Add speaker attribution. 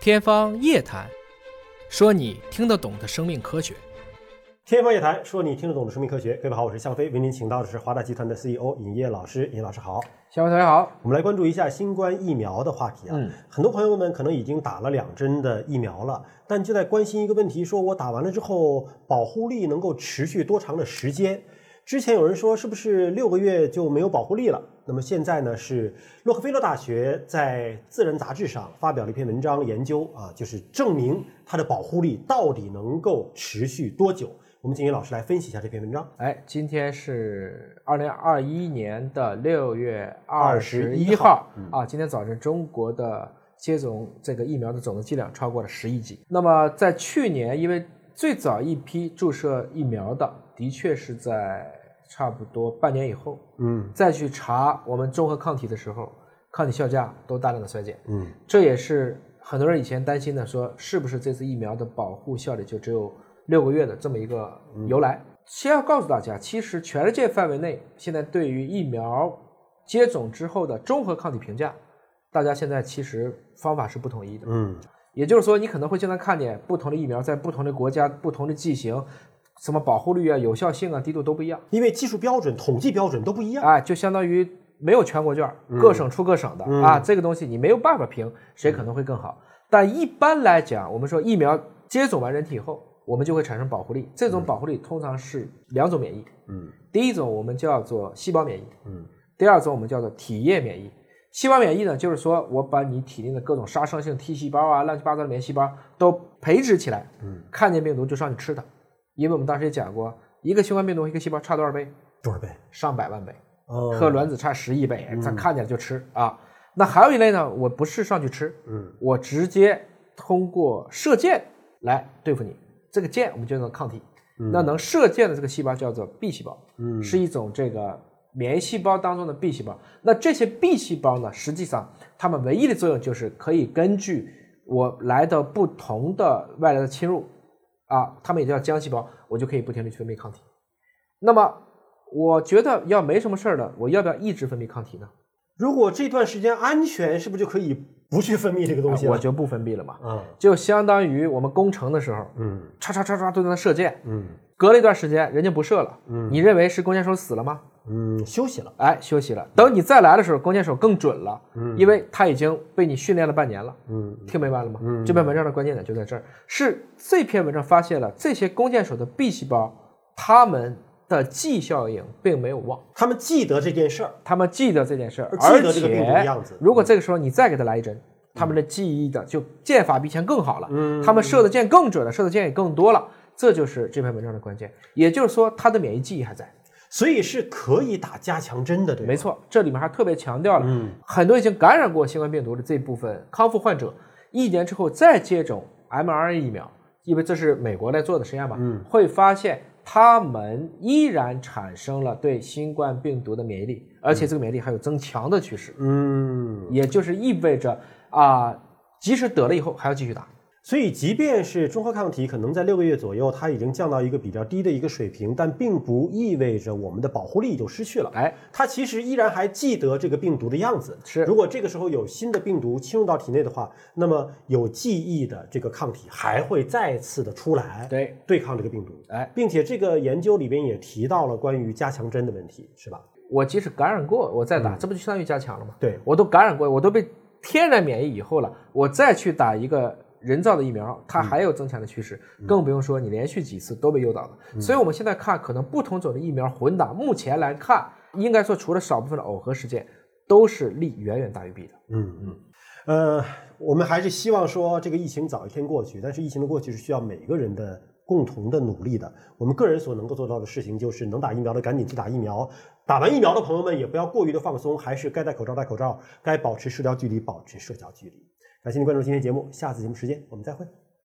Speaker 1: 天方夜谭，说你听得懂的生命科学。
Speaker 2: 天方夜谭，说你听得懂的生命科学。各位好，我是向飞，为您请到的是华大集团的 CEO 尹烨老师。尹老师好，
Speaker 3: 小伟同学好，
Speaker 2: 我们来关注一下新冠疫苗的话题啊。
Speaker 1: 嗯
Speaker 2: 很多朋友们可能已经打了两针的疫苗了，但就在关心一个问题：说我打完了之后，保护力能够持续多长的时间？之前有人说是不是六个月就没有保护力了？那么现在呢，是洛克菲勒大学在《自然》杂志上发表了一篇文章研究啊，就是证明它的保护力到底能够持续多久。我们请尹老师来分析一下这篇文章。
Speaker 3: 哎，今天是二零二一年的六月二十
Speaker 2: 21
Speaker 3: 一号
Speaker 2: 号、嗯
Speaker 3: 啊，今天早晨中国的接种这个疫苗的总的剂量超过了十亿剂。那么在去年，因为最早一批注射疫苗的，的确是在差不多半年以后，
Speaker 2: 嗯
Speaker 3: 再去查我们综合抗体的时候，抗体效价都大量的衰减。
Speaker 2: 嗯
Speaker 3: 这也是很多人以前担心的，说是不是这次疫苗的保护效力就只有六个月的这么一个由来。先要告诉大家，其实全世界范围内，现在对于疫苗接种之后的综合抗体评价，大家现在其实方法是不统一的。
Speaker 2: 嗯
Speaker 3: 也就是说，你可能会经常看见不同的疫苗在不同的国家、不同的剂型，什么保护率啊、有效性啊、低度都不一样。
Speaker 2: 因为技术标准、统计标准都不一样。
Speaker 3: 哎，就相当于没有全国卷儿，各
Speaker 2: 嗯
Speaker 3: 省出各省的、啊，这个东西你没有办法评谁可能会更好。但一般来讲，我们说疫苗接种完人体以后，我们就会产生保护力，这种保护力通常是两种免疫，
Speaker 2: 嗯
Speaker 3: 第一种我们叫做细胞免疫，
Speaker 2: 嗯
Speaker 3: 第二种我们叫做体液免疫。细胞免疫呢，就是说我把你体内的各种杀伤性 T 细胞啊、乱七八糟的免疫细胞都培植起来，
Speaker 2: 嗯，
Speaker 3: 看见病毒就上去吃它，因为我们当时也讲过，一个新冠病毒和一个细胞差多少倍？
Speaker 2: 多少倍？
Speaker 3: 上百万倍。
Speaker 2: 哦
Speaker 3: 和卵子差十亿倍，
Speaker 2: 嗯
Speaker 3: 咱看见了就吃啊。那还有一类呢，我不是上去吃，
Speaker 2: 嗯
Speaker 3: 我直接通过射箭来对付你。这个箭我们就叫做抗体，那能射箭的这个细胞叫做 B 细胞，
Speaker 2: 嗯
Speaker 3: 是一种这个免疫细胞当中的 B 细胞。那这些 B 细胞呢，实际上它们唯一的作用就是可以根据我来的不同的外来的侵入啊，它们也叫浆细胞，我就可以不停的分泌抗体。那么我觉得要没什么事儿了，我要不要一直分泌抗体呢？
Speaker 2: 如果这段时间安全，是不是就可以不去分泌这个东西了？
Speaker 3: 我就不分泌了嘛，
Speaker 2: 啊
Speaker 3: 就相当于我们攻城的时候，
Speaker 2: 嗯
Speaker 3: 叉叉叉叉对它射箭，
Speaker 2: 嗯
Speaker 3: 隔了一段时间人家不射了，
Speaker 2: 嗯
Speaker 3: 你认为是弓箭手死了吗？
Speaker 2: 嗯，休息了。
Speaker 3: 哎，休息了。等你再来的时候，弓箭手更准了，
Speaker 2: 嗯
Speaker 3: 因为他已经被你训练了半年了。
Speaker 2: 嗯
Speaker 3: 听明白了吗？
Speaker 2: 嗯
Speaker 3: 这篇文章的关键点就在这儿，是这篇文章发现了这些弓箭手的 B 细胞，他们的记忆效应并没有忘，
Speaker 2: 他们记得这件事儿，
Speaker 3: 他们记得这件事儿，
Speaker 2: 而
Speaker 3: 而
Speaker 2: 呃记得这个病毒的样子嗯
Speaker 3: 且如果这个时候你再给他来一针，他们的记忆的就箭法比以前更好了，他们射的箭更准了，射的箭也更多了，这就是这篇文章的关键。也就是说，他的免疫记忆还在。
Speaker 2: 所以是可以打加强针的，对嗯吧
Speaker 3: 没？错，这里面还特别强调了，很多已经感染过新冠病毒的这部分康复患者，一年之后再接种 mRNA 疫苗，因为这是美国来做的实验嘛，
Speaker 2: 嗯
Speaker 3: 会发现他们依然产生了对新冠病毒的免疫力，而且这个免疫力还有增强的趋势，
Speaker 2: 嗯，
Speaker 3: 也就是意味着啊、即使得了以后还要继续打。
Speaker 2: 所以即便是中和抗体可能在六个月左右，它已经降到一个比较低的一个水平，但并不意味着我们的保护力就失去了。
Speaker 3: 哎，
Speaker 2: 它其实依然还记得这个病毒的样子。
Speaker 3: 是
Speaker 2: 如果这个时候有新的病毒侵入到体内的话，那么有记忆的这个抗体还会再次的出来，
Speaker 3: 对，
Speaker 2: 对抗这个病毒。
Speaker 3: 哎，
Speaker 2: 并且这个研究里边也提到了关于加强针的问题，是吧？
Speaker 3: 我即使感染过，我再打，这不就相当于加强了吗？
Speaker 2: 对
Speaker 3: 我都感染过，我都被天然免疫以后了，我再去打一个人造的疫苗，它还有增强的趋势，更不用说你连续几次都被诱导了。所以我们现在看，可能不同种的疫苗混打，目前来看，应该说除了少部分的耦合事件，都是利远远大于弊的。
Speaker 2: 嗯嗯，呃，我们还是希望说这个疫情早一天过去，但是疫情的过去是需要每个人的共同的努力的。我们个人所能够做到的事情就是，能打疫苗的赶紧去打疫苗，打完疫苗的朋友们也不要过于的放松，还是该戴口罩戴口罩，该保持社交距离保持社交距离。感谢您关注今天节目，下次节目时间我们再会。